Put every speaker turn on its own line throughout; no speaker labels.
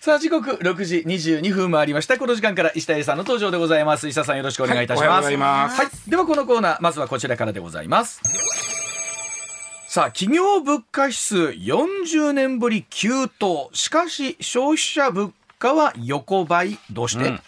さあ時刻6時22分もありましたこの時間から石田英さんの登場でございます石田さんよろしくお願いいたし
はいおはよ
ま
う
す,、
ご
は
ざ
い
います
ではこのコーナーまずはこちらからでございますさあ企業物価指数40年ぶり急騰しかし消費者物価は横ばいどうして、
うん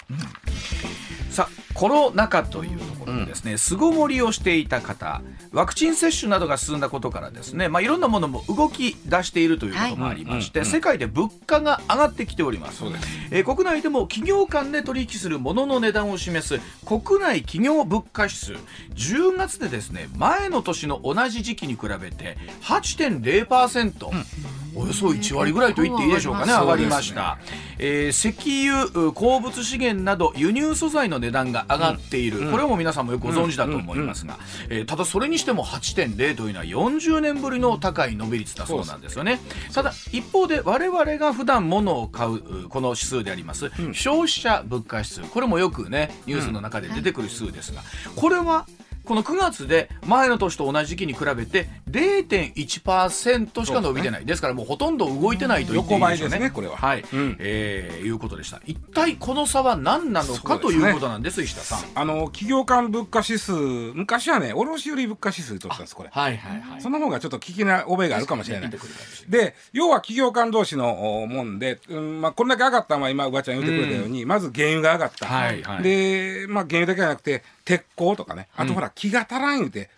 さあコロナ禍というところでですね巣ごもりをしていた方ワクチン接種などが進んだことからですね、まあ、いろんなものも動き出しているということもありまして、
はい
世界で物価が上がってきております
そうです
えー国内でも企業間で取引するものの値段を示す国内企業物価指数10月でですね前の年の同じ時期に比べて8.0%、およそ1割ぐらいと言っていいでしょうかね、
うん
上がりまし
そ
た、えー石油、鉱物資源など輸入素材の値段が上がっている、これはもう皆さんもよくご存知だと思いますが、えーただそれにしても8.0というのは40年ぶりの高い伸び率だそうなんですよねただ一方で我々が普段物を買ううこの指数であります、消費者物価指数これもよくねニュースの中で出てくる指数ですが、これはこの9月で前の年と同じ時期に比べて0.1%しか伸びてないです,、からもうほとんど動いてないと言っていいでしょうね
横ばいですねこれは
はい、
うん
えーいうことでした一体この差は何なのか、
そ
と
うですね
いうことなんです石田さん
あの企業間物価指数昔はね卸売物価指数とったんですこれ
はいはいはい
その方がちょっと聞きな覚えがあるかもしれない
出てくるかもしれ
で要は企業間同士のおもんで、うんまあ、これだけ上がったのは今、うわちゃん言ってくれたように、まず原油が上がった、
はいはい
でまあ、原油だけじゃなくて、鉄鋼とかね、あとほら、気が足らん言うて、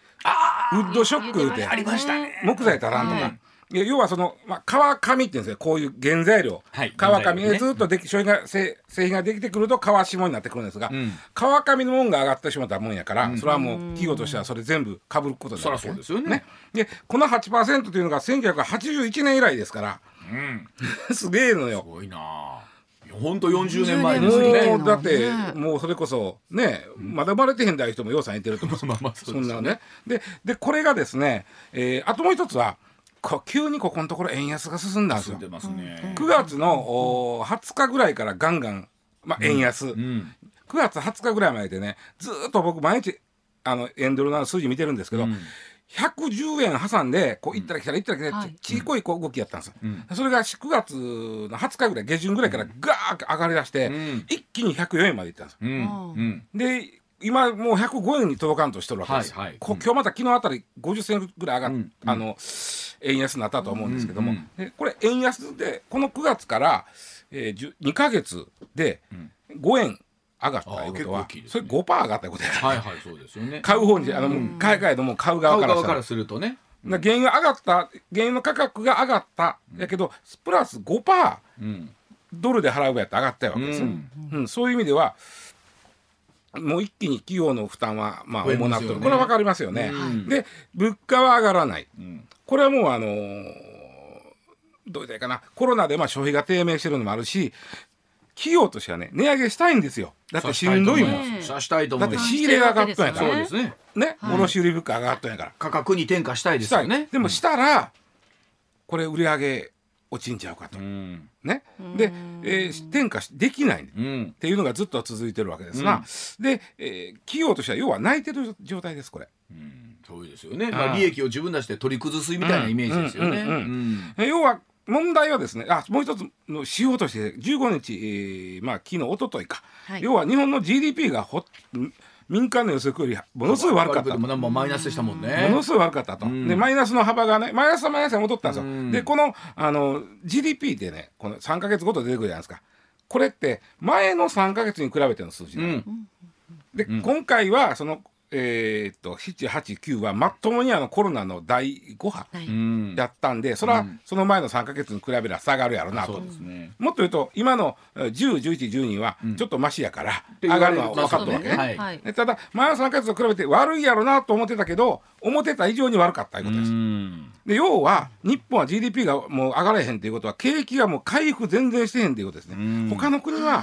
ウッドショック言うて、
ありましたね
木材足らんとか。
はい
いや要はその、まあ、川上って言うんですよこういう原材料、
はい
川
原
上
材
で
料ね
ずっとでき商品が製製品ができてくると川下になってくるんですが、
ん
川上のもんが上がってしまったもんやから、それはもう企業としてはそれ全部かぶることにな
そ
る
りゃ
わけ
そうですよね
ねでこの8%というのが1981年以来ですから、 すげえの
す
よ。
ごいなあいやほんと40年前
も
ですよね
う
ね
だって
ね
もうそれこそねまだ生まれてへんだいう人もようさんいてると思う
まあまあそう
そ
で
ん
す
な
よね
のね。ででこれがですね、えーあともう一つはこ急にここのところ円安が進んだんです
進
よ
ん。でますね
9月のおー20日ぐらいからガンガン、まあ、円安、
ん
9月20日ぐらいまででねずーっと僕毎日あの円ドルの数字見てるんですけど、110円挟んでこう行ったら来たら行ったら来たら、
はい
ちちいこいこう動きやったんですよ、それが9月の20日ぐらい下旬ぐらいからガーッ上がりだして、
ん
一気に104円まで行ったんですよ
うんうん
で今もう105円に届かんとしてるわけです、
はいはい
こ
うん
今日また昨日あたり50銭ぐらい上がっ、
うん
あの円安になったと思うんですけども、
うんうん
でこれ円安でこの9月から、えー、2か月で5円上がったということは
あー結構大、きいです
そ
ね
れ5%上がったことやから、
はいはいそうですよね
買う方にあの、海外のもう買う側
買う
からし
側
た
かららするとね
だから原油上がった原油の価格が上がったやけどプラス5%
うん
ドルで払うやって上がったわけですよ、
う
うんんそういう意味ではもう一気に企業の負担はまあ
増え
主
ま
な
す
く
よね
とる、これは分かりますよね、
うん
で物価は上がらない
うん
これはもうあのーどう言ったらいいかなコロナでまあ消費が低迷してるのもあるし企業としてはね値上げしたいんですよだってしんどいもん、
ね
さしたいと思いま
だって
す
仕入れが上がったんやか
そう
ら
で
ね
すね
卸売物価上がったんやから
価格に転嫁したいです
した
よ
い
ね
でもしたら、これ売り上げ落ちんちゃうかと、
うん
ねで、えー転嫁しできないっ
うん
ていうのがずっと続いてるわけですが、で、えー企業としては要は泣いてる状態ですこれ、
うんそうですよねまあ利益を自分たちで取り崩すみたいなイメージですよね
うんうんうんうん
うん
えー要は問題はですねあもう一つの指標として15日、えーまあ昨日一昨日か、
はい
要は日本の GDP がほ民間の予測よりものすごい悪かったと
でもなんかマイナスでしたもんね
ものすごい悪かったと、
ん
でマイナスの幅がねマイナスはマイナスに戻ったんですよ、
うん
でこのあの GDP ってねこの3か月ごと出てくるじゃないですかこれって前の3か月に比べての数字
う
なの、
ん
で、今回はそのえーっと789はまっともにあのコロナの第5波
はいううん
ん
やったんで、それはその前の3か月に比べれば下がるやろなと。
そうですね
もっと言うと今のえー10、11、12はちょっとマシやから、
うん
上がるのは分かったわけね、
はい
はい
でただ前の3か月と比べて悪いやろなと思ってたけど思ってた以上に悪かったということです。
うん
で要は日本は GDP がもう上がらへんということは景気がもう回復全然してへんということですね。他の国は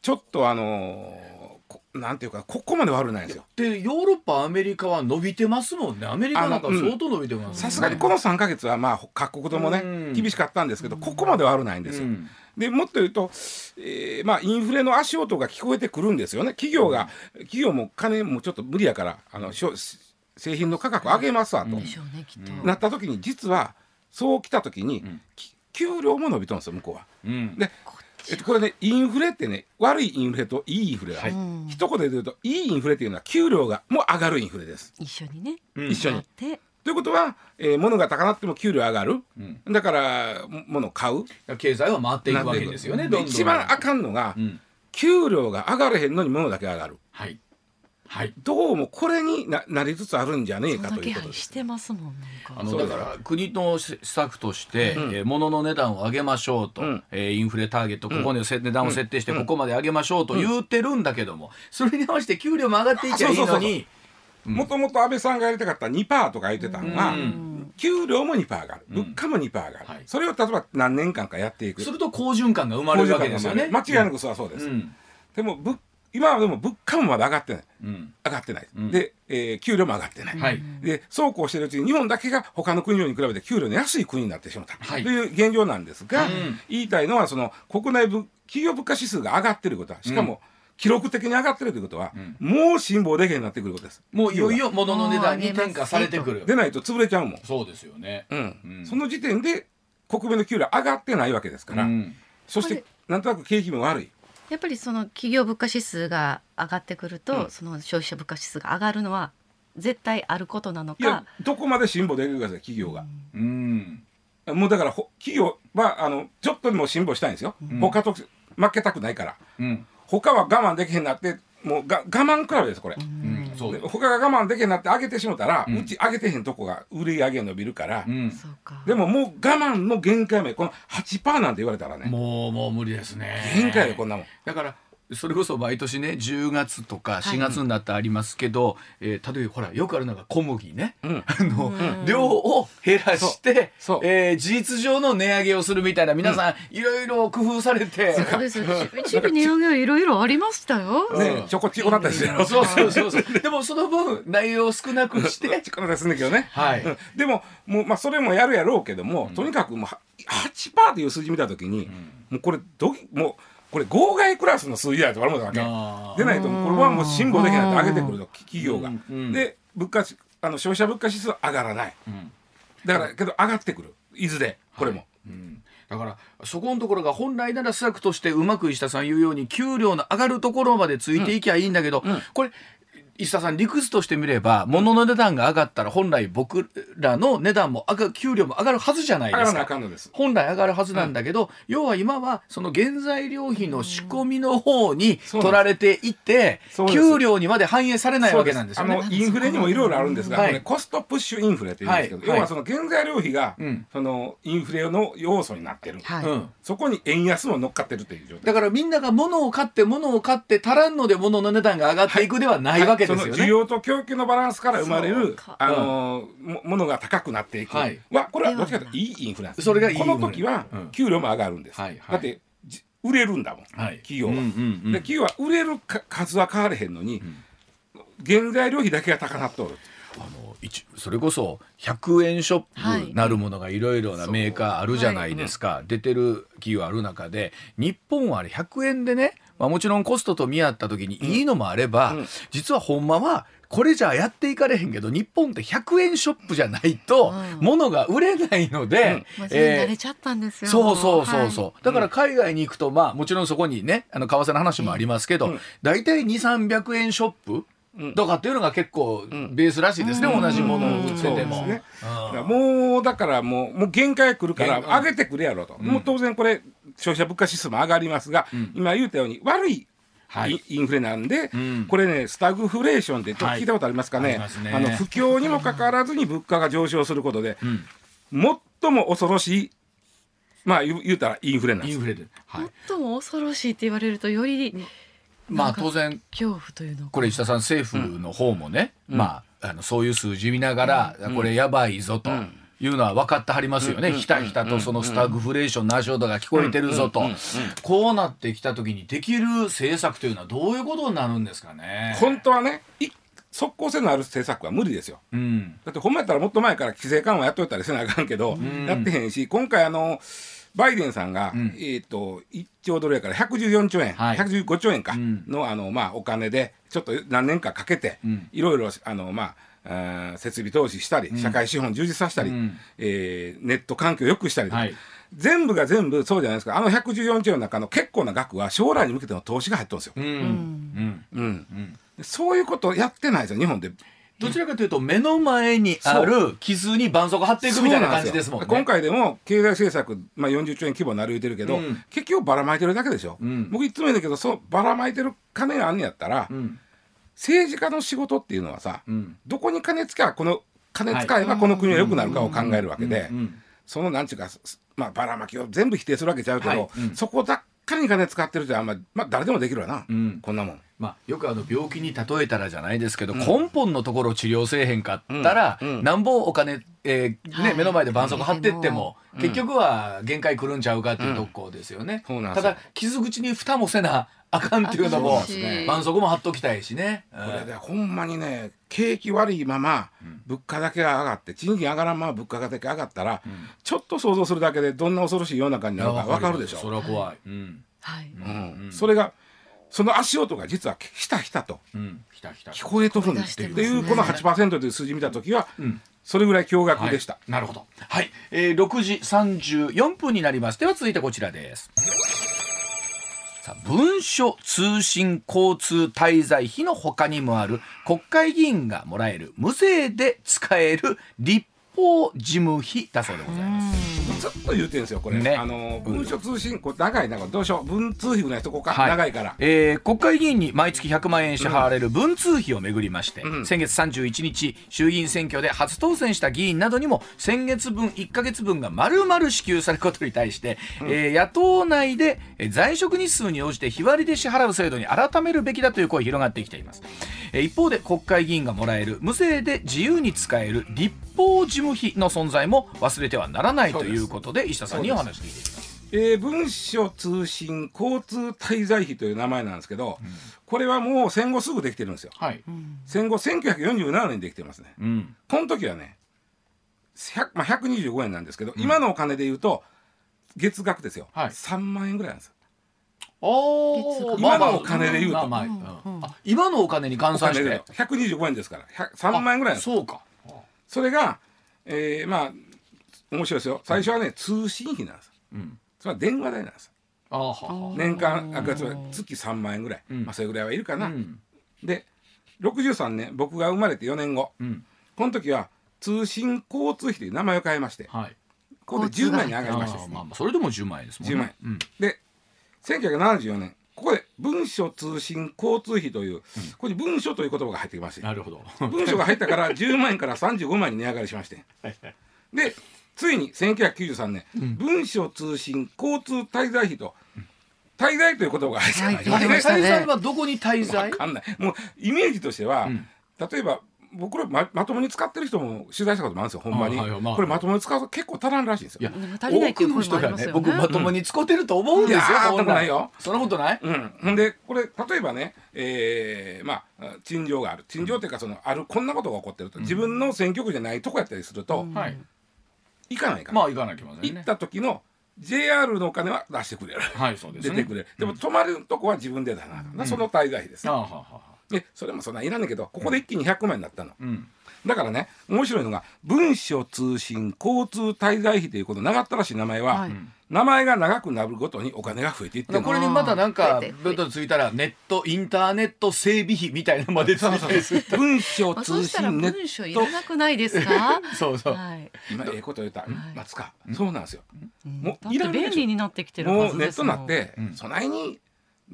ちょっとあのーこなんていうかここまで悪ないんですよ。
でヨーロッパアメリカは伸びてますもんねアメリカなんか
あのうん
相当伸びてますもんね
さすがにこの3か月はまあ各国ともね
うん
厳しかったんですけどここまでは悪ないんですよ。でもっと言うと、えーまあ、インフレの足音が聞こえてくるんですよね企業が企業も金もちょっと無理やからあのしょ製品の価格上げますわと、
でしょうねきっと
なった時に実はそうきた時に、き給料も伸びとんですよ向こうは。
うん
でえっと、これねインフレってね悪いインフレといいインフレがある、
はい
うん
一言で言うといいインフレっていうのは給料がもう上がるインフレです。
一緒にね。
うん
一緒
や
に
って。
ということは、えー、物が高なっても給料上がる、
うん
だからも物を買う
経済は回っていくわけ
な
ですよね
で
どんどん
一番あかんのが、
うん
給料が上がれへんのに物だけ上がる
はいはい
どうもこれにななりつつあるんじゃねえ
そん
か
な
とい
気
うこと
配
で
し
す。
てますもん。な
あ
んか
の
そう
だ
だ
から国の施策として、えー物の値段を上げましょうと、
うん
えーインフレターゲットここにせ値段を設定してここまで上げましょうと言ってるんだけども、それに合わせて給料も上がっていきゃいい
あそ
の
うそうそう
に
もともと安倍さんがやりたかった2%とか言ってたのが、
うん
給料も2%上がる
ん
物価も2%上がる、
はい
それを例えば何年間かやっていく
すると好循環が生まれるわけですよね。
間違いなくそうはそうです、
うん
でも物今はでも物価もまだ上がってない
うん
上がってない、
うん
で、えー給料も上がってない、
はい
でそうこうしてるうちに日本だけが他の国に比べて給料の安い国になってしまった、
はい
という現状なんですが、
うん
言いたいのはその国内部企業物価指数が上がってることはしかも記録的に上がってるということは、
ん
もう辛抱できへんようになってくることです
もういよいよ物の値段に転嫁されてくる
でないと潰れちゃうもん、
そうですよね。
うん
うん
その時点で国民の給料上がってないわけですから、
うん
そし
こ
てなんとなく景気も悪い
やっぱりその企業物価指数が上がってくると、その消費者物価指数が上がるのは絶対あることなの
いや
か。
どこまで辛抱できるかですよ企業が、
うん
もうだからほ企業はあのちょっとでも辛抱したいんですよ、他と負けたくないから
うん
他は我慢できへんなってもうが我慢比べですこれ、
うんそう
で
です。
他が我慢できへんなって上げてしもたら、
う
うんち上げてへんとこが売り上げ伸びるから、
うん
そうか。
でももう我慢の限界までこの8%なんて言われたらね
もうもう無理ですね。
限界よこんなもん
だからそれこそ毎年ね10月とか4月になってありますけど、えー例えばほらよくあるのが小麦ね、
ん
あの
うん
量を減らして
そうそう、
えー事実上の値上げをするみたいな皆さん、いろいろ工夫されて。
そうです。一部値上げはいろいろありましたよ。
ねちょこちょこなったりする
う
よ
ん
そうそうそうそうでもその分内容を少な くし
ちょこ
て
ちょこなったりするんだけどね、
はい
うん でももう、まあ、それもやるやろうけども、とにかくもうは8%という数字見た時に、もうこれどぎもうこれ号外クラスの数字だと思うわけ。
あ
でないとこれはもう辛抱できないと上げてくると企業が、
うんうん
で物価あの消費者物価指数は上がらない
うん
だからけど上がってくるいずれこれも、
うんだからそこのところが本来なら施策としてうまく石田さん言うように給料の上がるところまでついていきゃいいんだけど、これ石田さん理屈としてみれば物の値段が上がったら本来僕らの値段も上が給料も上がるはずじゃない
上
で
が
す
らなあ
か。
かんのです
本来上がるはずなんだけど、要は今はその原材料費の仕込みの方に
そう
取
なんです
られていて
そうです
給料にまで反映されないわけなんですよ
あ
ね。
のインフレにもいろいろあるんですが、
はい
これねコストプッシュインフレって言うんですけど、
はい
要はその原材料費が、
うん
そのインフレの要素になってる、
はい。
うん
そこに円安も乗っかってるという状態
だからみんなが物を買って物を買って足らんので物の値段が上がっていくではないわけですよね。
はいその需要と供給のバランスから生まれ
そう
る
か
あのーもものが高くなっていく
はい
はこれはどっちかというといいインフレなんです
それがいいイン
こ
フレ
の時は
うん
給料も上がるんです、
はいはい
だってじ売れるんだもん、
はい
企業は、
うんうんうん
で企業は売れるか数は変われへんのに、原材料費だけが高なっとる
あの一それこそ100円ショ
は
ップ
い
なるものがいろいろなメーカーあるじゃないですか、出てる企業ある中で日本はあれ100円でね、まあ、もちろんコストと見合った時にいいのもあれば、実はほんまはこれじゃやっていかれへんけど日本って100円ショップじゃないと
うん
物が売れないので、
まあ、それに
え
慣
ー
れちゃったんですよ。
そうそうそうそう、
は
だから海外に行くとまあもちろんそこにねあの為替の話もありますけど、大体2300円ショップとかっていうのが結構ベースらしいですね、
うん
同じものを売って
そう
て
です
も。
ね
うん
だからもうだからもうもう限界来るから
限界
上げてくれやろと、もう当然これ消費者物価指数も上がりますが、今言ったように悪い
はい
インインフレなんで、
ん
これねスタグフレーションってちょっと
はい
聞いたことありますか
あ
ね,、
りますね
の不況にもかかわらずに物価が上昇することで、最も恐ろしいまあ言う言うたらインフレな
イ
んで
ン
す。
フレで、
い
はい
最も恐ろしいって言われるとより
まあ当然
恐怖というの
こ
が
れ石田さん政府の方もね、まああのそういう数字見ながら、これやばいぞと。いうのは分かってはりますよね、ひたひたとそのスタグフレーションの足音が聞こえてるぞと、こうなってきた時にできる政策というのはどういうことになるんですかね。
本当はねい即効性のある政策は無理ですよ。
うん
だってほんまやったらもっと前から規制緩和やっといたりせなあかんけど、やってへんし今回あのバイデンさんが、
ん
えー、と1兆ドルやから114兆円、
はい
115兆円か
ん
の,、あのまあ、お金でちょっと何年かかけて、
ん
いろいろあの、まあ、あー設備投資したり、社会資本充実させたり、
うん
えーネット環境を良くしたりとか、
はい
全部が全部そうじゃないですかあの114兆円の中の結構な額は将来に向けての投資が入ってるんですよ、
うんうん
うん
うん
そういうことやってないですよ日本で
どちらかというと目の前にある傷に絆創膏貼っていくみたいな感じですもんね。
そうなんですよ今回でも経済政策、まあ、40兆円規模になる言うてるけど、
うん
結局ばらまいてるだけでしょ、
うん
僕いつも言うんだけどそうばらまいてる金があんねやったら、
うん
政治家の仕事っていうのはさ、
うん
どこに金使えばこの金使えばこの国は良くなるかを考えるわけで、
うん
そのなんちゅうか、すまあ、ばらまきを全部否定するわけちゃうけど、
はいうん
そこばっかりに金使ってるじゃあんまり、まあ、誰でもできるわな、
うん
こんなもん。
まあ、よくあの病気に例えたらじゃないですけど、根本のところ治療せえへんかったら、
うんうん
なんぼお金、えー
は
ね、
い
目の前で絆創膏貼ってっても、
うん
結局は限界くるんちゃうかっていうとこですよね、
うんそうなんで
た
すよ
だ傷口に蓋もせなあかんっていうのも
あそうですね
絆創膏も貼っときたいしね、うん
これでほんまにね景気悪いまま物価だけが上がって賃金上がらんまま物価だけ上がったら、ちょっと想像するだけでどんな恐ろしい世の中になるか分かるでし
そ
ょ、
れは怖い、うん
はい。
うんそれがその足音が実はひたひたと
うん、きたきた
聞こえとるんだっていう,、この8%という数字見た時は、それぐらい驚愕でした。
はいなるほどはい、えー、6時34分になりますでは続いてこちらですさあ文書通信交通滞在費の他にもある国会議員がもらえる無税で使える立法事務費だそうでございます
ずっと言うてんですよこれ、
ね
あの文書通信これ長いなこれどうしよう文通費ぐらいしとこうか、
はい
長いから
えー国会議員に毎月100万円支払われる文通費をめぐりまして、
ん
先月31日衆議院選挙で初当選した議員などにも先月分1ヶ月分が丸々支給されることに対して、えー野党内でえー在職日数に応じて日割りで支払う制度に改めるべきだという声が広がってきています、えー一方で国会議員がもらえる無税で自由に使える立法事務費の存在も忘れてはならないということで石田さんにお話聞いていきます
えー文書通信交通滞在費という名前なんですけど、これはもう戦後すぐできてるんですよ
はい、
戦後1947年にできてますね
うん
この時はね100、まあ、125円なんですけど、今のお金で言うと月額ですよ、
はい
3万円ぐらいなんですよ
お
月額
今のお金で言うと
まあまあうんあ今のお金に換
お
算
金
し
で
て
125円ですから100 3万円ぐらいなんです
そうか
それが、えーまあ面白いですよ最初はね通信費なんです
うん
つまり電話代なんです
ああはは
年間あつまり月3万円ぐらい、
ん
まあそれぐらいはいるか
う
な、
ん
で63年僕が生まれて4年後
うん
この時は通信交通費という名前を変えまして
はい
ここで10万円に上がり
あ
ま
ー
した
まあまあそれでも10万円ですもんね
10万
うん
で1974年ここで文書通信交通費という、ここに文書という言葉が入ってきまして
なるほど
文書が入ったから10万円から35万円に値上がりしましてでついに1993年、文書通信交通滞在費と滞在という言葉が入ってきまし
は
あ
い
れ
た
滞在はどこに滞在
わかんないもうイメージとしては、
ん
例えば僕らままともに使ってる人も取材したこともあるんですよほんまに、
あはいはいまあ
これまともに使うと結構足らんらしいんですよ
いや
足りない
多
ってい
くの
う声も
人
あり
が
ま
ね
すよね
僕まともに使ってると思うんですよ
いやー
そん
そんなことないよ
そんなことない
うん、ほんでこれ例えばね、えーまあ陳情がある陳情っていうかそのあるこんなことが起こってると、自分の選挙区じゃないとこやったりすると、
はい
行かないから、
まあ行かなきゃいけません
行っ
ね
た時の JR のお金は出してくれる、
はいそうです
出
ね
てくれるでも泊まるとこは自分でだな、その滞在費です、
あーはーはーは
でそれもそんないらんねんけどここで一気に100万円になったの、
ーうん
だからね面白いのが文書通信交通滞在費というこの長ったらしい名前は、
はい
名前が長くなるごとにお金が増えていってる
こ
の
れにまたなんか
増えて
ベッドついたらネットインターネット整備費みたいなのまでついたりする。
文書
まあ、そう
通
したら
信ネッ
文書いらなくないです か
そうそう
はい。
今ええこと言った、松川そうなんですよ、も
だっ
いら
て
んねん
便利になってきてるは
もう
ず
ネ
で
ッ
す
ト
もん
なって、そないに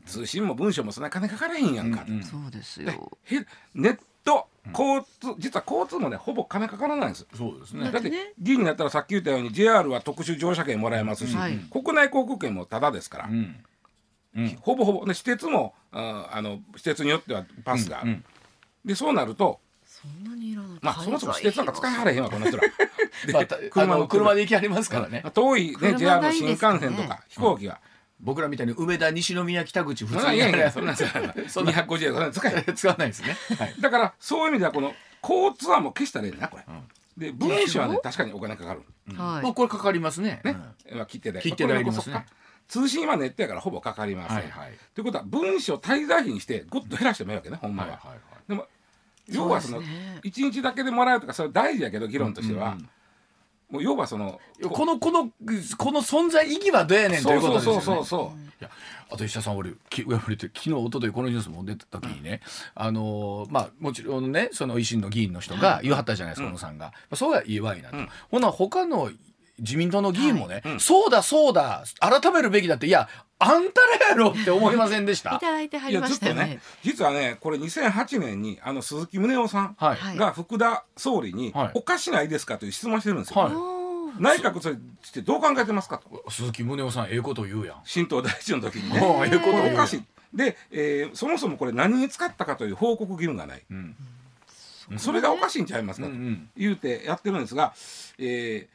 通信も文書もそんな金かからへんやんか、
うんうん
そうですよ。
へネット交通実は交通もねほぼ金かからないんです
そうですね
だっ
だって
て
ね
議員になったらさっき言ったように JR は特殊乗車券もらえますし、
はい
国内航空券もタダですから、
うんうん
ほぼほぼ、ね、私鉄もあーあの私鉄によってはパスがあ
う
る、
ん
でそうなると
そんなにいらない。
まあそもそも私鉄なんか使いはれへんわこの 人らで
まあたあの車
で
で行きありますからね
遠い、ね、
車
JR
な
の
い
新
で
幹
すかね
線とか飛行機は、
僕らみたいに梅田西宮北口普
そん
通
なんい
に
やいやいやそんなんそんなん
そんな
250円そんなん使えへん
使わないですね はい
だからそういう意味ではこの交通はもう消したらええなこれ、
ん
で文書はね確かにお金かかる
もう
は
これかかりますね
ね、まあ切ってで
切手代いりますね
これもそっか通信はネットやからほぼかかりません、
はいはい
ということは文書滞在費にしてぐっと減らしてもいいわけねほん
うん
ま
は
は、
いはいはい
でも要はその
そうですね
一日だけでもらうとかそれ大事やけど議論としては、もう要はその
このこのこの存在意義はどうやねんと
そ
いう
う
こ
そ
と
う
ですよ
そ
ね
うそうそう
あと石田さん俺き やっぱり昨日一昨日このニュースも出た時にね、あのーまあもちろんねその維新の議員の人が言わはったじゃないですか、小野さんが、まあ、そうが言わいなと、
うん
ほな他の自民党の議員もね、
はいうん
そうだそうだ改めるべきだっていやあんたらやろって思いません でし
い
た
ただいて入りましたよね。
実はねこれ2008年にあの鈴木宗男さん
はい、
はい
が福田総理に
はい
「おかしないですか?」という質問してるんですよ。
はい
おー
内閣としてどう考えてますかと
鈴木宗男さんええこと言うやん、
新党大臣の時 に
もう
ね。
ええこ
こと
言う
れお
やん
かしいで、えーそもそもこれ何に使ったかという報告義務がない
うん
それがおかしいんちゃいます
うん
か
う
と
ん
言うてやってるんですが、えー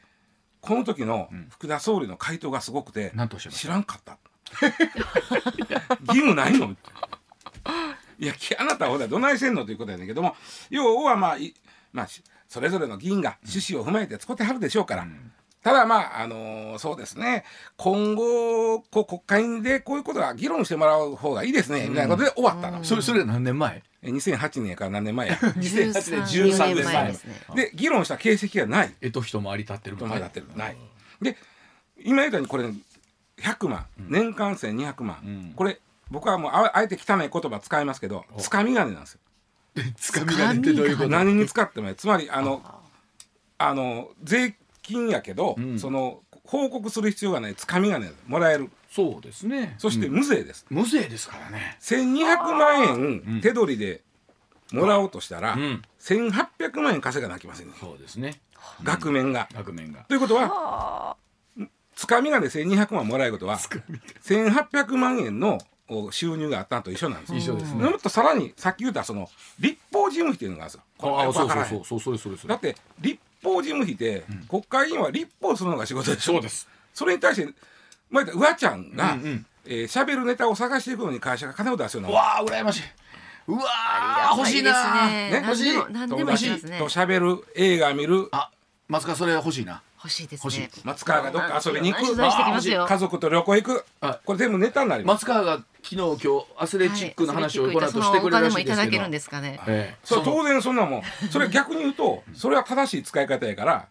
この時の福田総理の回答がすごくて
なんとおっしゃいました
知らんかった」「義務ないの?」みたいな「いやきあなたはほらどないせんの?」ということやねんけども要はまあ、いまあ、しそれぞれの議員が趣旨を踏まえて使ってはるでしょうから。ただまあ、あのーそうですね今後こう国会でこういうことは議論してもらう方がいいですね、みたいなことで終わったの、
それそれ何年前
え2008年から何年前や
2008
13
年
年前ですね。
で議論した形跡がない
えと一回り立ってるみ
と
た
ま
い
だってるない。で今言ったようにこれ100万、年間生200万、
うん
これ僕はもうああえて汚い言葉使いますけどつかみ金なんですよ。
つかみが出てどういうこと
何に使ってもいいつまりあのあの税金やけど、
うん
その報告する必要がないつかみ金もらえる
そうですね
そして無税です。
無税ですからね
1200万
う
円
ん
手取りでもらおうとしたら、
うん
1800万円稼がなきませんね、
そうですね
額面が。
額面が
ということはつかみ金1200万もらえることは1800万円のお収入があったのと一緒なんですよ。
一緒ですね
もっとさらにさっき言ったその立法事務費っていうのがあるんですよ。これ
ああ
よく
そ
わ
う
からへん
そうそうそうそれそれそ
だ
れ
って立法事務費って国会議員は立法するのが仕事でしょ。
そうです
それに対してまあ言ったらうわちゃんが
うんうん
えー喋るネタを探していくのに会社が金を出すような
う
もん。
わあ羨ましいうわあ欲しいな
ね
ね
欲しいですね。何でも何でも
友
欲しい
達
ます
と
ね。
喋る映画見る
あ松川それ欲しいな
欲しいです
欲しい
ね。
松川がどっか遊びに行く
取材してきますよ。
家族と旅行行く
あ
これ全部ネタになります。
松川が昨日今日アスレチックの話をこの後してくれるらしいです
そのお金もいただ
け
け
ど
るんですかね。
ええ
それ当然そんなもんそれ逆に言うとそれは正しい使い方やから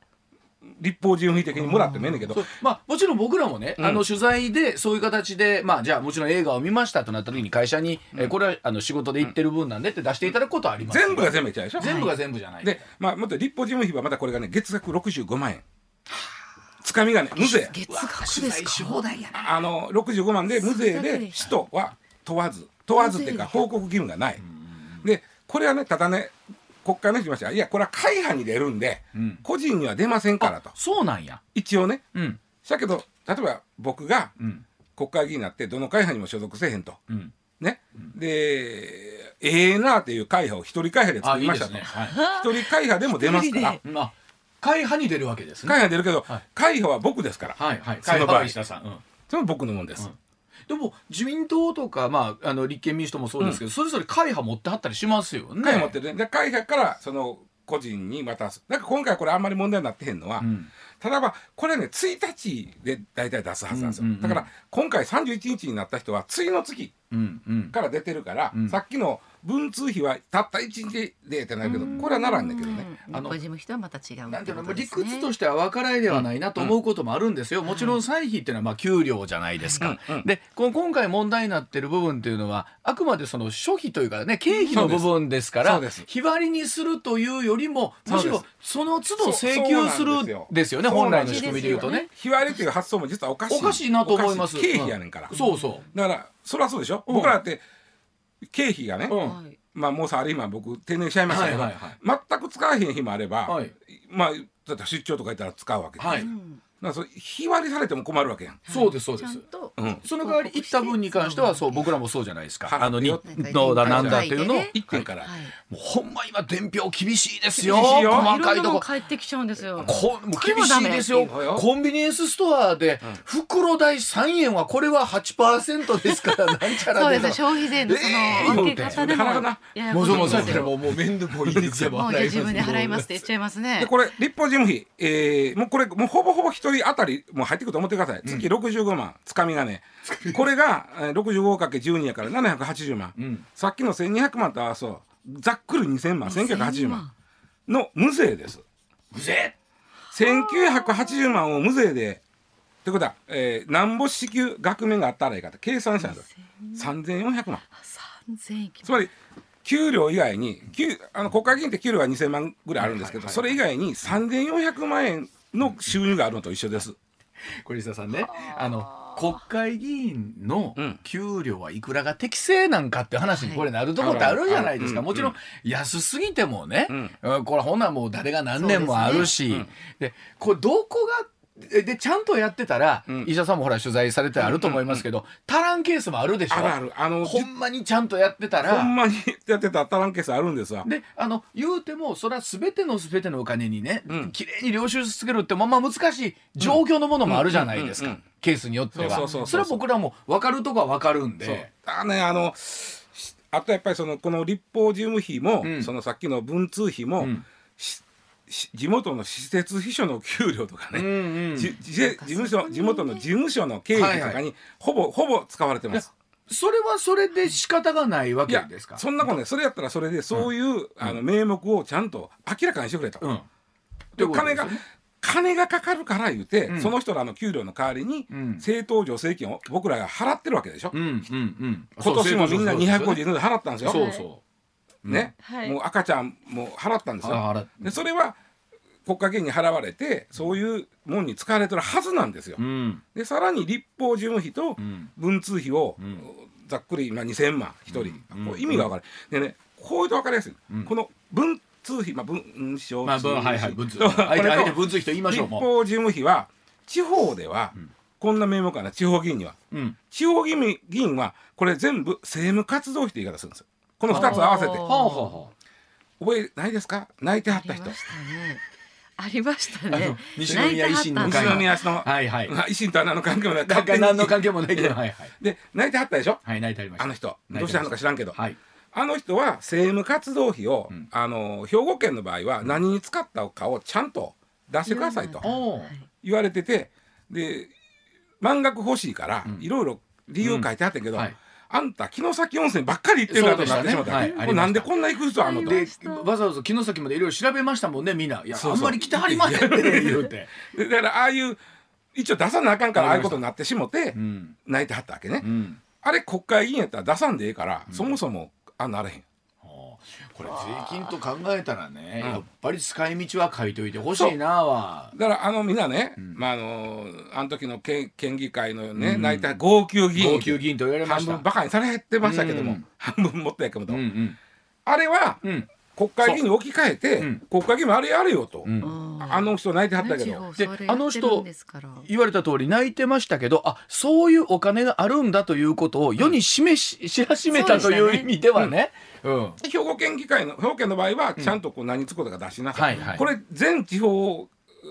立法事務費的にもらってもええねんけど
そうまあもちろん僕らもね、
ん
あの取材でそういう形でまあじゃあもちろん映画を見ましたとなった時に会社に、えこれはあの仕事で行ってる分なんでって出していただくことはあります、
全部が全部ちゃうでしょ
全部が全部じゃない
でまあもっと立法事務費はまたこれがね月額65万円つかみがね無税
月
うわ
額
取
で
材
す
し
か。
放題やな
あの65万で無税
それだけ
で
で
使途は問わず問わずっていうか報告義務がないでこれはねただね国会の人に言いましたいやこれは会派に出るんで、
うん
個人には出ませんからと
そうなんや
一応ね
うん
だけど例えば僕が
うん
国会議員になってどの会派にも所属せえへんと
うん
ね、で、ええなっていう会派を一人会派で
あ
作
い
り
い
ま
で
した
す
と
ね
一、
はい
人会派でも出ますから
一人
会
で
まあ会派に出るわけですね。
派出るけど、
はい
会派は僕ですから、
はいはい。
そ
会
の場合
派は石田さん。うん
それも僕のもんです、
うんでも自民党とかまああの立憲民主党もそうですけど、それぞれ会派持ってはったりしますよね。
会派持ってるねで会派からその個人に渡すなんか今回これあんまり問題になってへんのは、
うん
ただまあこれね1日で大体出すはずなんですよ、
うんうんうん
だから今回31日になった人は次の月
うんうん。
から出てるから、
うん
さっきの文通費はたった1日でってなるけどこれはならんねんけどね、
うん
あの
個人の人はまた違う
なんていうの、もう理
理
屈
屈と
としては分からいではないなと思うこともあるんですよ、もちろん歳費っていうのはまあ給料じゃないですか、
うんうん
でこの今回問題になってる部分っていうのはあくまでその諸費というかね経費の部分ですか
そ
ら
うです
日割りにするというよりもむし
そう
ろ
で
その都度請求す
そうそうなんで
る
すよ
ですよね
そう
本
な
来
んで
の
す
仕組みでいうとね
日割りっていう発想も実はおかしい
おかしいなと思います
おかし経費やねんから、
うんそうそ
だからそれはそうでしょ、
うん
僕らだって経費がね、
う、うん
はい
まあもうさあれ今僕定年しちゃいましたけど、
はいはい
全く使わへん日もあれば、
はい
まあだって出張とか行ったら使うわけで、
は
だ
い
うん
からそれ日割りされても困るわけやん。
そうですそうで
ちゃん
す
と
うん
その代わり行った分に関してはそう僕らもそうじゃないですか
はい
あの日
なんか
のだなんだっていうのを
はい
一点から、
はい
もうほんま今伝票厳しいですよ
厳しいよ
細
いろ
か
ん
い
な
と
の
こ
帰ってきちゃうんですよ。
こもう
これ
厳
も
し
ダ
い
メ
ですよ
っていうのよ
コンビニエンスストアで袋代3円はこれは8%ですからなんちゃ
そ
ら
うで
です
消費税のそ
えー
の分け方でも
言うて
やや
もう
こしい
そう
ん
もう
で
さっ
す
きの
よ
もうもう面倒もういいですよ
もう自分で払いますって言っちゃいますね
で。これ立法事務費、えーもうこれもうほぼほぼ一人当たりもう入ってくると思ってください月65万つかみがねこれがえー 65×12 やから780万、
うん
さっきの1200万と合わそうざっくり2000万1980万の無税です
うぜ
1980万を無税でってことは、えー、なんぼ支給額面があったらいいかって計算したんです3400万
三千いき
つまり給料以外に給あの国会議員って給料が2000万ぐらいあるんですけど、
はいはいはい
それ以外に3400万円の収入があるのと一緒です。
小西田さんねあの国会議員の
うん
給料はいくらが適正なんかって話に
はい
これなるとこってあるじゃないですか、
あるある
もちろん安すぎてもね、
うん
うんこれほんならもう誰が何年もあるしで,、
そうですね
これどこがででちゃんとやってたら、
うん
医者さんもほら取材されてあると思いますけど、足らんケースもあるでしょ
あるあるあの
ほんまにちゃんとやってたら
ほんまにやってたタランケースあるんですわ。
であの言うてもそれは全ての全てのお金にね、
うん
綺麗に領収書つけるってまあまあ難しい状況のものもあるじゃないです
うんう
か
んうん
ケースによって
そうそ
は
うそうそう
それは僕らも分かるとこは分かるん
そう
で
あねあのしあとやっぱりそのこの立法事務費も、
うん
そのさっきの文通費
う
も、
ん
しし地元の施設秘書の給料とかね、
うんうん
じじ事務所地元の事務所の経費と
はいは
かにほぼ、ほぼ使われてます。
それはそれで仕方がないわ
い
け
や
ですか
そんなことねそれやったらそれでそういう、あの名目をちゃんと明らかにしてくれと。
うん
で金が金がかかるから言うて、
うん
その人らの給料の代わりに、
うん
政党助成金を僕らが払ってるわけでしょ、
うんうんうん
今年もみんな250
円
円ずつ払ったんですよ。
そうそ
ね、
はい
もう赤ちゃんも払ったんで
う
すよ。
あら
でそれは国家議員に払われてそういうもんに使われてるはずなんですよ
う。ん
でさらに立法事務費と
うん
文通費を
うん
ざっくり今2,000万1人、
うん
こう意味が分かる。でねこういうと分かりやすい、
うん
この文通費まあ文書
まあぶんはいはい文通相手
これと
相手文通費と言いましょ
立
うも
法事務費は地方では、
ん
こんな名目かな地方議員には
ううん
地方議員議員はこれ全部政務活動費という言い方するんですよこの2つ合わせて
あー
はあはあはあ
覚えないですか泣いては
あ
った
りま
人
したね。ありました
あ
ね
の。西宮維新の
泣いては
会
西
ったんだ
宮市の、
はいはい
まあ維新とは何の関係もな
な
い
ん
勝手
か
に
何の関係もないけどはいはい
で泣いてはったでしょ
はい泣いてありました
あの人
泣いてました
どうしたのか知らんけど、
はい
あの人は政務活動費を、
うん
あの兵庫県の場合は何に使ったかをちゃんと出してくださいと
言わないおう
はい
言われててで満額欲しいから
うん
いろいろ理由書いてあったけど、
はい
あんた城崎温泉ばっかり行ってるなとなってしまった
そうでしたねはい
これなんでこんな行く人あんのと
あり
で
ました
わざわざ城崎までいろいろ調べましたもんねみんないや
そうそう
あんまり来てはりませんね言うて、
でだからああいう一応出さなあかんからああいうことになってしもて
うん
泣いてはったわけね、
うん、
あれ国会議員やったら出さんでええから、そもそもあんなれへん
これ税金と考えたらね、
うん
やっぱり使い道は書いといてほしいなは
だからあのみんなね、
ん
まああのあの時の県県議会のね、
うん
泣いた号泣議員
高級議員と言われま
半
した
分バカにされてましたけども、
うん
半分もっとやけど、
うん
あれは
うんうん
国会議員に置き換えて、
そううん
国会議員もあれやれよと、
うん
うん
あの人泣いてはったけ
地
ど
方それやってるんですから
言われた通り泣いてましたけどあそういうお金があるんだということを世に示し,、知らしめたとい
そう
う
で
意
したね
味ではね。うん
兵庫県議会の兵庫県の場合はちゃんとこう何つことか出しなさい、
はいはい
これ全地方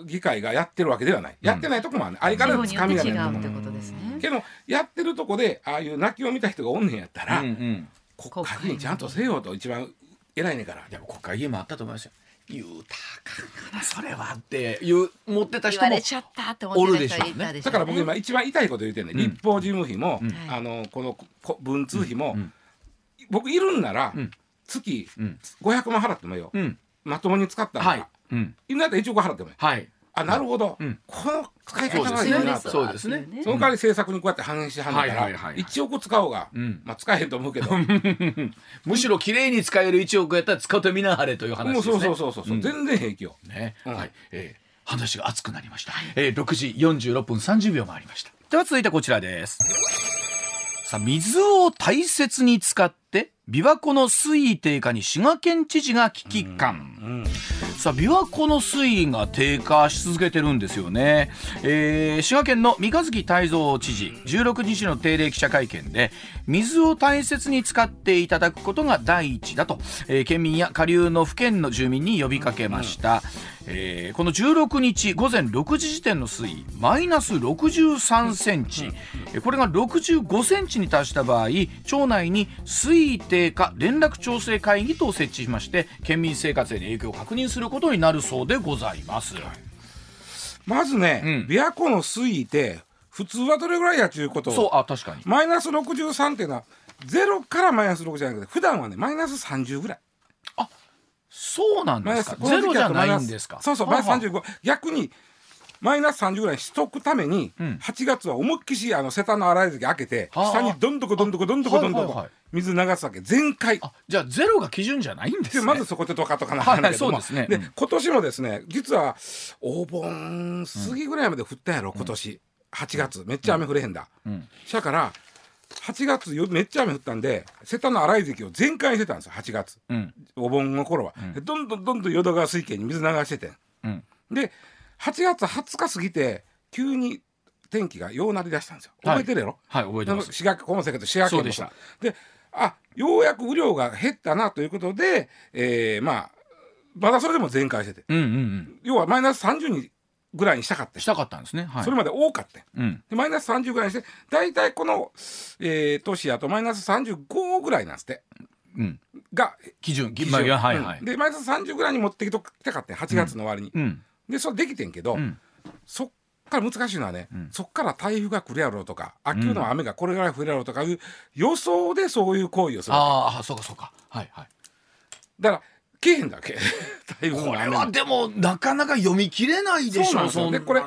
議会がやってるわけではない、やってないとこもある相変わらずつ
地
か
方
み
に
が
よっ
ない
て違
とこ
う
もある
ってことですね。
けどやってるとこでああいう泣きを見た人がおんねんやったら、
うんうん
国会議員ちゃんとせよと一番偉いねんから
でも国会議員もあったと思いますよ。言うたらあかんかなそれはっていう持ってた
言
人
わ
も
れちゃったって思ってた人いたでしょ
だから僕今一番痛いこと言うてんね、
うん
立法事務費も、
うん
あのこのここ文通費も、
うん
僕いるんなら、
うん
月
うん
500万払ってもよ、
うん
まともに使ったら、
はい、うん、
いるんだったら1億払ってもよ
はい
あなるほど、
うん
この使い
そう
方
で
が
す
いい
ね
なと
そうですね
そうですね
その代わり政策にこうやって反映してはんねん
はいはい
か
はい
ら
はい
1億使おうが、
うん
まあ使えへんと思うけど
むしろ綺麗に使える1億やったら使ってみなはれという話
も
で
う
すね
そうそうそうそう、
ん
全然平気よ
ね、
うん
はい、えー話が熱くなりました、えー6時46分30秒回りましたでは続いてこちらですさあ水を大切に使って琵琶湖の水位低下に滋賀県知事が危機感、
うん
さあ琵琶湖の水位が低下し続けてるんですよね、えー滋賀県の三日月泰造知事16日の定例記者会見で水を大切に使っていただくことが第一だと、えー県民や下流の府県の住民に呼びかけました、えーこの16日午前6時時点の水位マイナス63センチ、えーこれが65センチに達した場合町内に水位低下連絡調整会議等を設置しまして県民生活への影響を確認することになるそうでございます、
まずね、
うん
琵琶湖の水位って普通はどれぐらいやっちゅうことを
そうあ確かに
マイナス63っていうのはゼロからマイナス6じゃなくて普段はねマイナス30ぐらい
そうなん
マイ
で
ナ
す
ス
か。
この
ゼ
時期
ロ
は
じゃないんですか。
そうそう、
はあ
マイ
は
ナス三十五、逆に。マイナス30ぐらいにしとくために、
うん
8月は思いっきしあの瀬田の洗い時開けて
ああ
下にどんどこどんどこどんどこどんど
はいはい
こ
はい
水流すわけ全開
あじゃあゼロが基準じゃないんです
で
ね。
まずそこでとかとかならないけども、
はいはいそうですねうん
今年もですね実はお盆過ぎぐらいまで降ったやろ今年、8月めっちゃ雨降れへんだ、
うん
そやから8月よめっちゃ雨降ったんで瀬田の洗い関を全開にしてたんですよ8月
うん
お盆の頃は、でどんどんどんどん淀川水系に水流しててん
うん
で8月20日過ぎて急に天気がようなりだしたんですよ
はい
覚えてるやろ、
はい覚えてます。
滋賀県この先と滋賀県も
そうで
であようやく雨量が減ったなということで、えーまあまだそれでも全開してて
うんうんうん
要はマイナス30にぐらいにしたかった、
したかったんですね。はい。
それまで多かった
うん
でマイナス30ぐらいにして大体この、えー年やとマイナス35ぐらいなんですって
うん
が
基準
基準
まあいやはいは
う
い
ん。でマイナス30ぐらいに持ってきときたかった8月の終わりに、
うん
でそれできてんけど、
うん
そっから難しいのはね、
うん
そっから台風が来るやろうとか秋の雨がこれぐらい降るやろうとかいう予想でそういう行為をする
ああそうかそうかはいはい。
だから来えへんだわけ 台風
こ
の
れ
雨
は
が
でもなかなか読み切れないでしょ。
そうなんですよで
なの
これ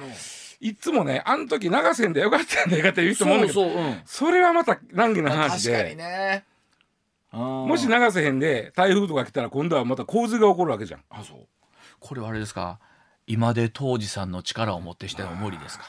いつもねあの時長瀬んでよかったんでよかった言う人もおんねんけど
そうそううん。
それはまた難儀な
まあ
話
確かに
で、
ね。も
もし長瀬へんで台風とか来たら今度はまた洪水が起こるわけじゃん
あそうこれはあれですか今で当時さんの力を持ってしては無理ですか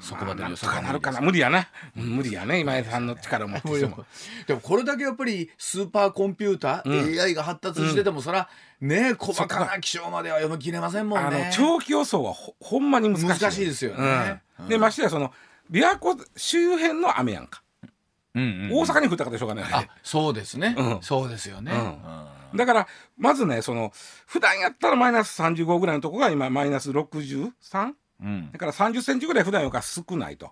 そこまでの
な
予
んと
測
か
は
な
無理です
るかな無理やなうん無理やね今井さんの力を持ってしても
でもこれだけやっぱりスーパーコンピューター、
う
AI が発達しててもそらね細かな気象までは読み切れませんもん
あ
ね
の。長期予想はほほんまに難しい
難しいですよね
うんでましてやその琵琶湖周辺の雨やんか、
うんうん
大阪に降ったからしょうがないよ
あ
ね
そうですね、
うん
そうですよね。
うん
うん
だからまずねその普段やったらマイナス35ぐらいのとこが今マイナス 63?
うん
だから30センチぐらい普段よりか少ないと。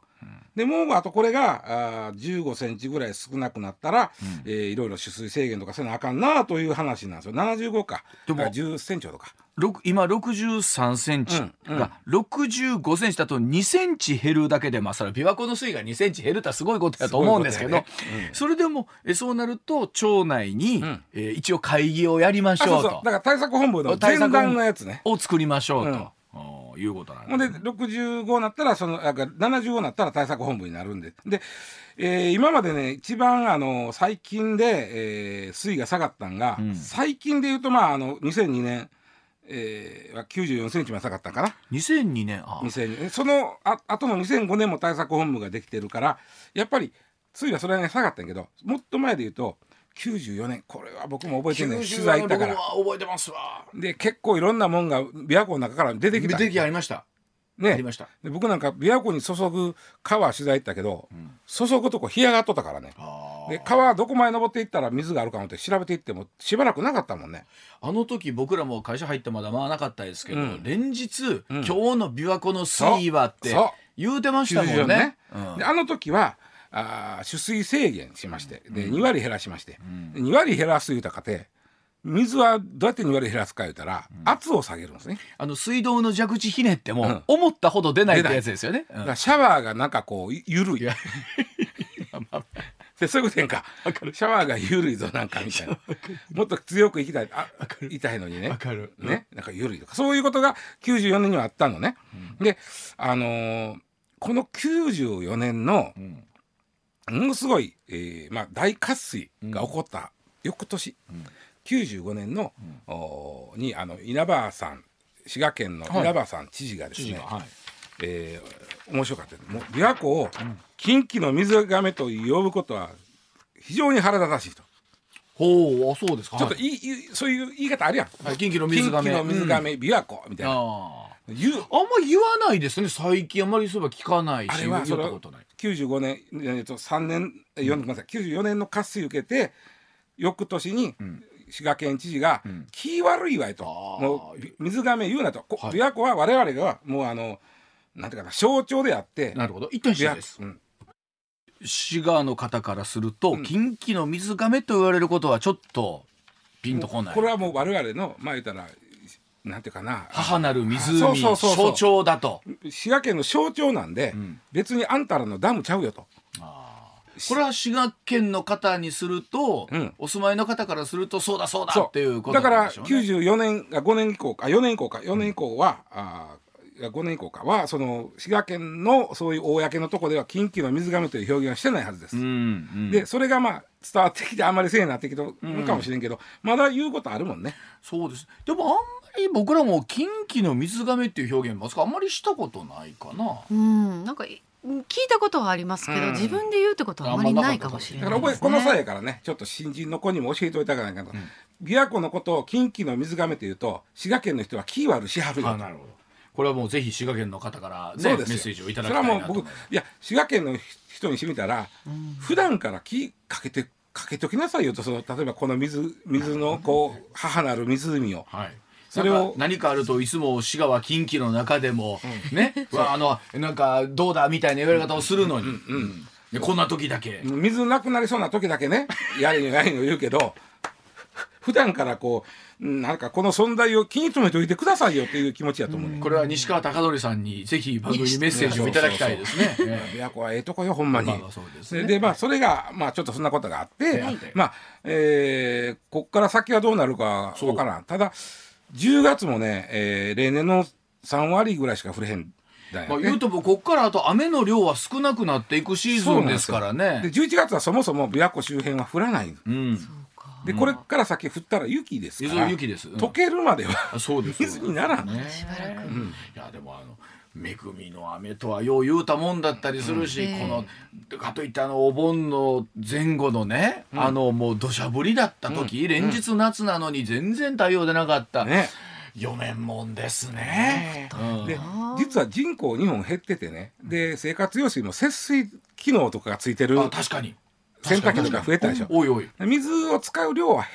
でもうあとこれがあー15センチぐらい少なくなったら、えーいろいろ取水制限とかせなあかんなという話なんですよ75か
でも
だから10センチとか
六今63センチ
うん
が65センチだと2センチ減るだけで、まあ、それは琵琶湖の水位が2センチ減るってすごいことだと思うんですけど
すごいことやねうん
それでもえそうなると町内に、
ん
えー一応会議をやりまし
あ
ょ
そうう
と
そうだから対策本部の前段のやつね
を作りましょうと、おーいうことなん
ほんで65になったらそのあか75になったら対策本部になるんでで、えー今までね一番あの最近で、えー水位が下がったんが、
うん
最近で言うとまああの2002年、えーは94センチまで下がったんかな
2002年あ
2002そのあ後の2005年も対策本部ができてるからやっぱり水位はそれなりに下がったんやけどもっと前で言うと94年これは僕も覚えてるねん取材行ったから
覚えてますわ
で結構いろんなもんが琵琶湖の中から出てきた
出来ありました、
ね
ありました
で僕なんか琵琶湖に注ぐ川取材行ったけど、注ぐとこ干上がっとったからね
あ
で川どこまで登っていったら水があるかもって調べていってもしばらくなかったもんね
あの時僕らも会社入ってまだまあなかったですけど、
うん
連日、
ん
今日の琵琶湖の水位はって
そう
言うてましたもんね
90ね
うん
であの時はあー取水制限しましてで2割減らしまして、2割減らすいうたかて水はどうやって2割減らすか言うたら、圧を下げるんですね
あの水道の蛇口ひねって
う
も
ん
思ったほど出ないっ
出
て
ない
やつですよね。うん
だからシャワーがなんかこうゆ緩い
や
でそういうことやんかシャワーが緩いぞなんかみたいなもっと強くいきたいあ痛いのにね
わかる
ね、なんか緩いとかそういうことが94年にはあったのね、であのーこの94年の
ん
ものすごい、えーまあ、大渇水が起こった翌年、95年の、おーにあの稲葉さん滋賀県の稲葉さん知事がです
知
ね、
事がはい
えー面白かったですもう琵琶湖を近畿の水がめと呼ぶことは非常に腹立たしいと、
ほうあそうですか。
ちょっといいいいそういう言い方あるやん、
はい近畿の水
近
がめ
畿の水がめ、琵琶湖みたい
あ
な
あ
言う
あんま言わないですね最近あんまりそういえば聞かないし
あれは
言
そ
った
の
ことない。
95年えっと3年えーごめんなさい94年の渇水受けて翌年に滋賀県知事が
ん
「気悪いわい」と
あ
「
ー
もうび水がめ言うな」と「こ
はい
琵琶湖は我々がもうあのなんていうかな象徴であって
なるほど一旦一緒
琵
で
琶
す
湖。うん
滋賀の方からすると、
ん
近畿の水がめと言われることはちょっとピンとこない。
これはもう我々のまあ言ったらなんていうかな
母なる湖
そうそうそうそう
象徴だと。
滋賀県の象徴なんで別にあんたらのダムちゃうよと。
これは滋賀県の方にすると、
うん
お住まいの方からするとそうだそうだ
そう
っていうこと
だか
なん
ら
でしょうね。
94年が5年以降か4年以降か4年以降は、あーいや5年以降かはその滋賀県のそういう公のとこでは近畿の水亀という表現はしてないはずです。
うんうん
でそれがまあ伝わってきてあんまりせえなってきてるかもしれんけど、まだ言うことあるもんね。
そうですでもあんまり僕らも近畿の水亀っていう表現まさかあんまりしたことないかな。
うん、なんかい聞いたことはありますけど、
うん
自分で言うってことはあまりないかもしれ
だ
な
から覚
いで
え、
す
この際
ね。
やからねちょっと新人の子にも教えておいたからないかと、琵琶湖のことを近畿の水亀というと滋賀県の人はキーワルしはるよ
あなるほどこれはもうぜひ滋賀県の方から、ね、
そ
メ
うですよ
ッセージをいただき
それ
たい
は
なと
もう僕いや滋賀県の人にしてみたら、普段から気かけてかけときなさいよとその例えばこの水水のこう母なる湖を
はい。そ
そ
れ
れを
を何かあるといつも滋賀は近畿の中でも、ね、 わあのなんかどうだみたいな言われ方をするのに、でこんな時だけ、
水なくなりそうな時だけねやれよやれよ言うけど普段からこうなんかこの存在を気に留めておいてくださいよっていう気持ちやと思うね。
これは西川貴教さんにぜひ番組にメッセージをいただきたいですね。ええ
琵琶湖はええとこよほんまに。
まあまあそうですね
でまあそれがまあちょっとそんなことがあって、まあ、えーこっから先はどうなるかわからんただ10月もね、えー例年の3割ぐらいしか降れへん
ま
だよ
あ、
ね
言うともここからあと雨の量は少なくなっていくシーズンですから
で
ね。
11月はそもそも琵琶湖周辺は降らない
うん、
でこれから先降ったら雪ですか
水は
ら
雪です。うん
溶けるまでは
あそうです。
水にならん
ね
しばらく
うんいやでもあの恵みの雨とはよう言うたもんだったりするし、
うん
このかといってあのお盆の前後のね、あのもう土砂降りだった時、連日夏なのに全然対応でなかった、
ね。
読めんもんですね。うん
で実は人口日本減っててねで生活用水も節水機能とかがついてる
あ確かに
洗濯機とか増えたでしょ
おいおい
水を使う量は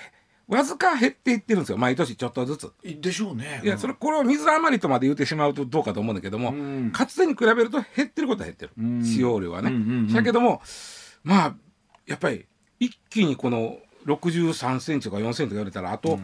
わずか減っていってるんですよ毎年ちょっとずつ。
でしょうね。
いやそれこれを水余りとまで言ってしまうとどうかと思うんだけども、
うん
かつてに比べると減ってることは減ってる、
うん
使用量はね。
うんうんうん
だけどもまあやっぱり一気にこの63センチとか4センチとか言われたらあと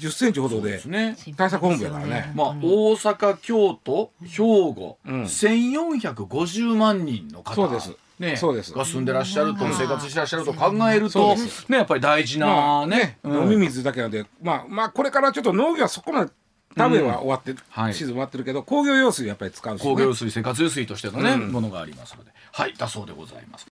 10センチほどで
ですね。
対策本部やからね
まあ、大阪京都兵庫、
うん
1450万人の方
そうです
ね、
そうです
が住んでらっしゃると
うん
生活してらっしゃると考えると
そうで
ねやっぱり大事
ま
な
あ
ね,うん、
飲み水だけなんで、まあ、まあこれからちょっと農業はそこまで食べは終わって、
はい
シーズン終わってるけど工業用水やっぱり使うし、ね、
工業水生活用水としてのね、
うん
ものがありますのではいだそうでございます。